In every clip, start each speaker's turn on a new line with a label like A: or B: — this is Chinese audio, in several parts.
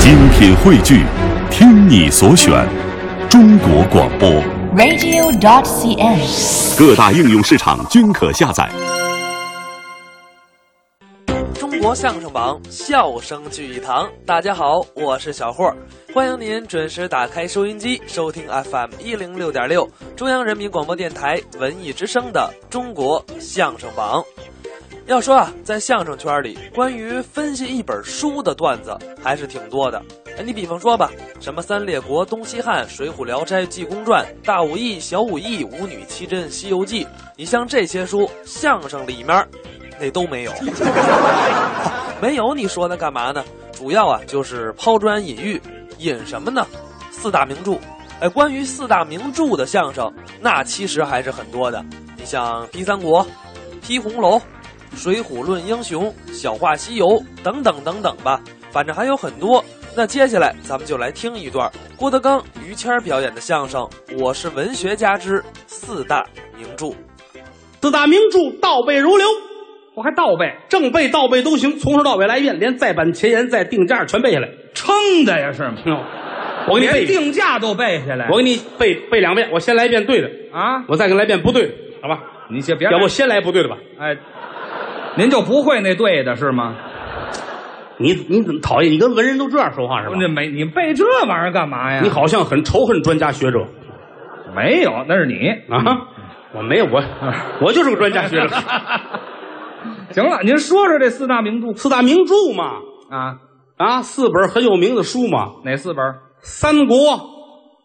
A: 精品汇聚，听你所选，中国广播。
B: radio.cn。
A: 各大应用市场均可下载。
C: 中国相声榜，笑声聚一堂。大家好，我是小霍，欢迎您准时打开收音机，收听 FM 一零六点六，中央人民广播电台文艺之声的《中国相声榜》。要说啊，在相声圈里，关于分析一本书的段子还是挺多的。哎你比方说吧，什么《三列国》《东西汉》《水浒》《聊斋》《济公传》《大武艺》《小武艺》《舞女七珍》《西游记》，你像这些书，相声里面那都没有。 没有你说那干嘛呢？主要啊就是抛砖引玉，引什么呢？四大名著。哎，关于四大名著的相声，那其实还是很多的。你像《批三国》《批红楼》《水浒论英雄》《小话西游》等等等等吧，反正还有很多。那接下来咱们就来听一段郭德纲、于谦儿表演的相声《我是文学家之四大名著》。
D: 四大名著倒背如流。我还倒背，正背倒背都行，从头到尾来一遍，连再版前言、再定价全背下来。
E: 撑的呀，是吗？
D: 我给你背
E: 连
D: 一遍，
E: 定价都背下来。
D: 我给你背背两遍，我先来一遍对的，
E: 啊，
D: 我再给你来一遍不对的，好吧？
E: 你先别
D: 要不先来不对的吧？
E: 哎，您就不会那对的是吗？
D: 你你怎么讨厌？你跟文人都这样说话是吧？
E: 那没你背嗯这玩意儿干嘛呀？
D: 你好像很仇恨专家学者
E: 没有？那是你。
D: 啊！我没有，我
E: 嗯
D: 我就是个专家 学者。
E: 行了，您说说这四大名著
D: 四大名著嘛，
E: 啊，
D: 啊，四本很有名的书嘛，《
E: 哪四本儿
D: 三国》《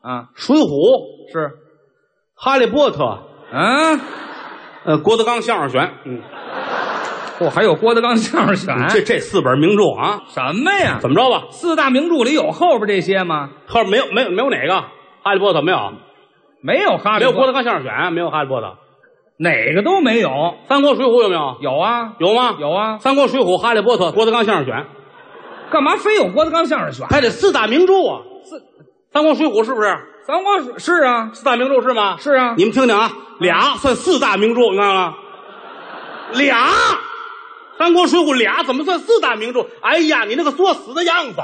E: 啊？
D: 水浒》《
E: 是，
D: 哈利波特》
E: 嗯、
D: 呃，郭德纲相声选，嗯，
E: 嚯、哦还有郭德纲相声选
D: 这这四本名著啊，
E: 什么呀？
D: 怎么着吧？
E: 四大名著里有后边这些吗？
D: 后面没有没有没有哪个哈利波特没有，
E: 没有哈
D: 没
E: 利
D: 有郭
E: 波特，
D: 德纲相声选，没有哈利波特，
E: 哪个都没有。
D: 三国水浒有没有？
E: 有啊，
D: 有吗？
E: 有啊，
D: 三国水浒哈利波特郭德纲相声选，
E: 干嘛非有郭德纲相声选？
D: 还得四大名著啊，
E: 四
D: 三国水浒是不是
E: 三国是是啊，
D: 四大名著是吗？
E: 是啊
D: 你们听听啊，俩算四大名著，你看看，俩。三国水浒俩怎么算四大名著？哎呀，你那个作死的样子，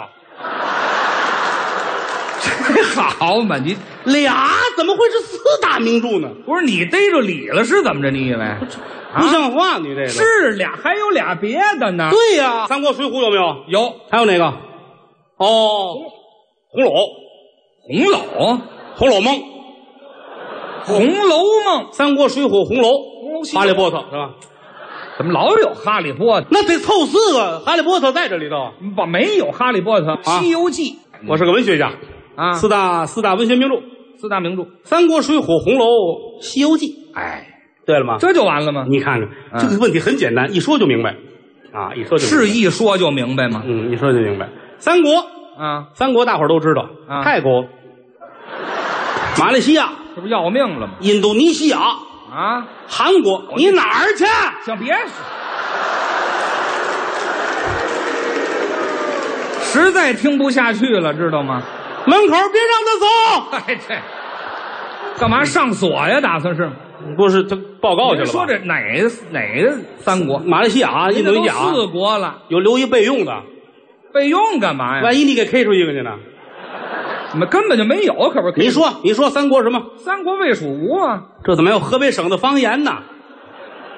E: 好嘛，你
D: 俩怎么会是四大名著呢？
E: 不是你逮着理了是怎么着？你以为
D: 不像话，你这个
E: 啊是啊俩，还有俩别的呢？
D: 对呀、三国水浒有没有？
E: 有
D: 还有哪个？哦，红楼，
E: 红楼、
D: 红楼梦，
E: 红楼梦，
D: 三国水浒红楼，
E: 红楼西游
D: 哈利波特是吧？
E: 怎么老有哈利波特？
D: 那得凑四个，哈利波特在这里头。
E: 不，没有哈利波特，西游记》
D: 我是个文学家，
E: 嗯啊，
D: 四大四大文学名著：
E: 四大名著。
D: 三国水浒红楼西游记。
E: 哎，
D: 对了吗？
E: 这就完了吗？
D: 你看看、
E: 嗯
D: 这个问题很简单，一说就明白，啊，一说就明白
E: 是一说就明白吗？
D: 嗯，一说就明白。三国，
E: 啊，
D: 三国大伙儿都知道，
E: 啊
D: 泰国、马来西亚、
E: 这不要命了吗？
D: 印度尼西亚、
E: 啊，
D: 韩国，你哪儿去？
E: 行，别说。实在听不下去了，知道吗？
D: 门口别让他
E: 哎，这干嘛上锁呀？打算是
D: 走！不是他报告去了
E: 您
D: 吧嗯
E: 说这哪哪三国？
D: 马来西亚、啊印度尼西亚
E: 人家都四国了，
D: 有留一备用的，
E: 备用干嘛呀？
D: 万一你给 K 出一个去呢？
E: 你们根本就没有，可不是？
D: 你说，你说三国什么？
E: 三国魏蜀吴啊，
D: 这怎么还有河北省的方言呢？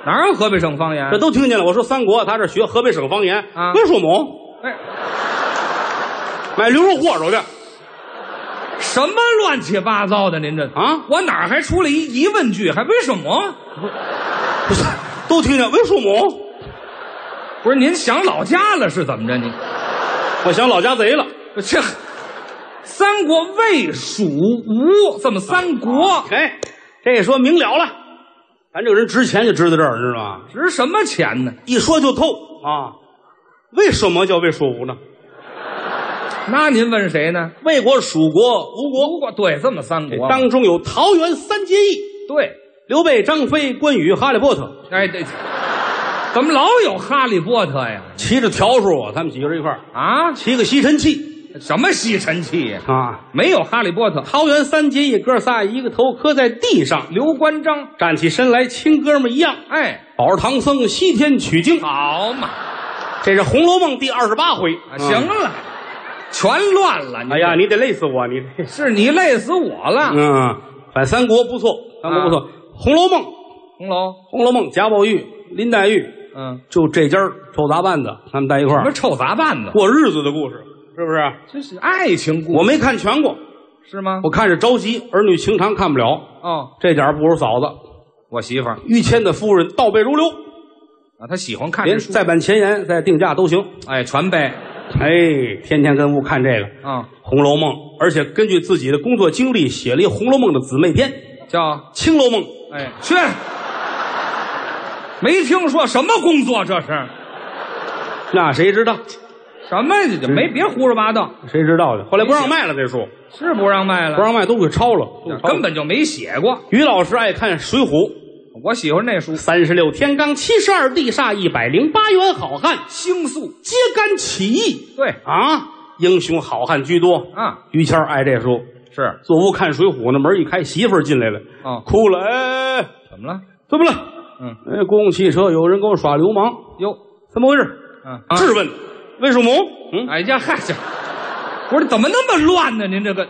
E: 哪有河北省方言
D: 这？都听见了。我说三国，他这学河北省方言，
E: 啊
D: 魏蜀蒙
E: 哎，
D: 买驴肉火烧去
E: 什么乱七八糟的？您这
D: 啊！
E: 我哪儿还出了一疑问句？还为什么？
D: 不是，都听见魏蜀蒙，
E: 不是您想老家了是怎么着？你
D: 我想老家贼了。
E: 这三国魏蜀吴这么三国
D: 哎，这也说明了了，咱这个人值钱就值在这儿，知道吗？
E: 值什么钱呢？
D: 一说就透啊！为什么叫魏蜀吴呢？
E: 那您问谁呢？
D: 魏国、蜀国、吴国，
E: 不过对，这么三国嘛啊
D: 哎当中有桃园三结义：
E: 对，
D: 刘备、张飞、关羽、哈利波特。
E: 哎对，怎么老有哈利波特呀？
D: 骑着笤帚啊，他们几个人一块儿
E: 啊，
D: 骑个吸尘器
E: 什么吸尘器呀？
D: 啊。
E: 没有哈利波特，
D: 桃园三结义，哥仨一个头磕在地上，
E: 刘关张，
D: 站起身来，亲哥们一样。
E: 哎，
D: 保着唐僧西天取经，啊
E: 好嘛，
D: 这是《红楼梦》第二十八回。
E: 啊行
D: 啊，
E: 了，全乱了。你
D: 哎呀，你得累死我，你这。
E: 是你累死我了。
D: 嗯，反三国不错，三国不
E: 啊
D: 错，红楼梦》《
E: 红楼，
D: 红楼梦》贾宝玉、林黛玉，
E: 嗯，
D: 就这家儿臭杂拌子，他们在一块
E: 什么
D: 儿
E: 臭杂拌子？
D: 过日子的故事，是不是？
E: 这是爱情故
D: 我
E: 事
D: 没看全过，
E: 是吗？
D: 我看是着急，儿女情长看不了，
E: 哦，
D: 这点儿不如嫂子。
E: 我媳妇儿
D: 于谦的夫人倒背如流，
E: 啊，她喜欢看
D: 连
E: 这书，
D: 再版前言、再定价都行。
E: 哎，全背
D: 哎，天天跟屋看这个《
E: 啊，
D: 红楼梦》，而且根据自己的工作经历写了一《红楼梦》的姊妹篇《
E: 叫
D: 青楼梦》。
E: 哎去，没听说什么工作这是
D: 那谁知道？
E: 什么？你这没别胡说八道，
D: 谁知道的？后来不让卖了，这书
E: 是不让卖
D: 不
E: 了，
D: 让卖，都给抄了，都给抄了
E: 根本就没写过。
D: 于老师爱看《水浒》，
E: 我喜欢那书《
D: 三十六天罡，七十二地煞，一百零八员好汉，
E: 星宿》，
D: 揭竿起义
E: 对
D: 啊！英雄好汉居多。
E: 啊，
D: 于谦儿爱这书，
E: 是
D: 坐屋看《水浒》呢，门一开，媳妇儿进来了，
E: 哦
D: 哭了，哎，
E: 怎么了？
D: 怎么了？
E: 嗯，
D: 哎，公共汽车有人跟我耍流氓，
E: 哟，
D: 怎么回事？
E: 嗯，
D: 质问，为什么？嗯，
E: 哎呀，嗨，这不是怎么那么乱呢？您这个《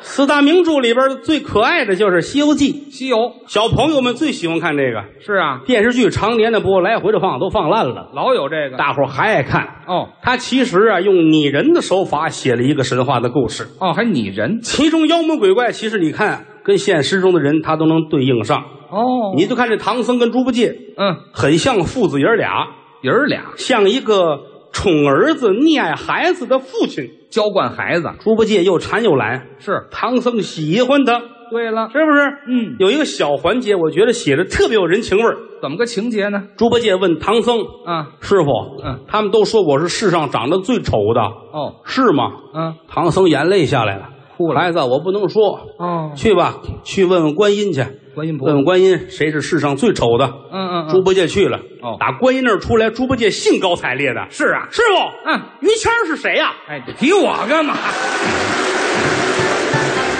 D: 四大名著里边最可爱的就是《西游记
E: 西游》》，
D: 小朋友们最喜欢看这个
E: 是啊，
D: 电视剧，常年的播，来回的放，都放烂了，
E: 老有这个
D: 大伙儿还爱看。
E: 哦
D: 他其实啊，用拟人的手法写了一个神话的故事，
E: 哦，还拟人
D: 其中妖魔鬼怪，其实你看跟现实中的人他都能对应上。
E: 哦
D: 你就看这唐僧跟猪八戒，
E: 嗯，
D: 很像父子爷儿俩，
E: 爷儿俩
D: 像一个宠儿子、溺爱孩子的父亲。
E: 娇惯孩子
D: 猪八戒又馋又懒，
E: 是
D: 唐僧喜欢他，
E: 对了，
D: 是不是？
E: 嗯
D: 有一个小环节，我觉得写的特别有人情味儿。
E: 怎么个情节呢？
D: 猪八戒问唐僧
E: 啊
D: 师傅：“
E: 嗯，
D: 他们都说我是世上长得最丑的，
E: 哦
D: 是吗？”
E: 嗯
D: 唐僧眼泪下来了，
E: 哭了
D: 孩子，我不能说，
E: 哦，
D: 去吧，去问问观音去，
E: 观音
D: 问问观音谁是世上最丑的。
E: 嗯嗯
D: 猪八戒去了，
E: 哦
D: 打观音那儿出来，猪八戒兴高采烈的，
E: 是啊
D: 师傅，
E: 嗯
D: 于谦儿是谁呀、
E: 哎，提我干嘛？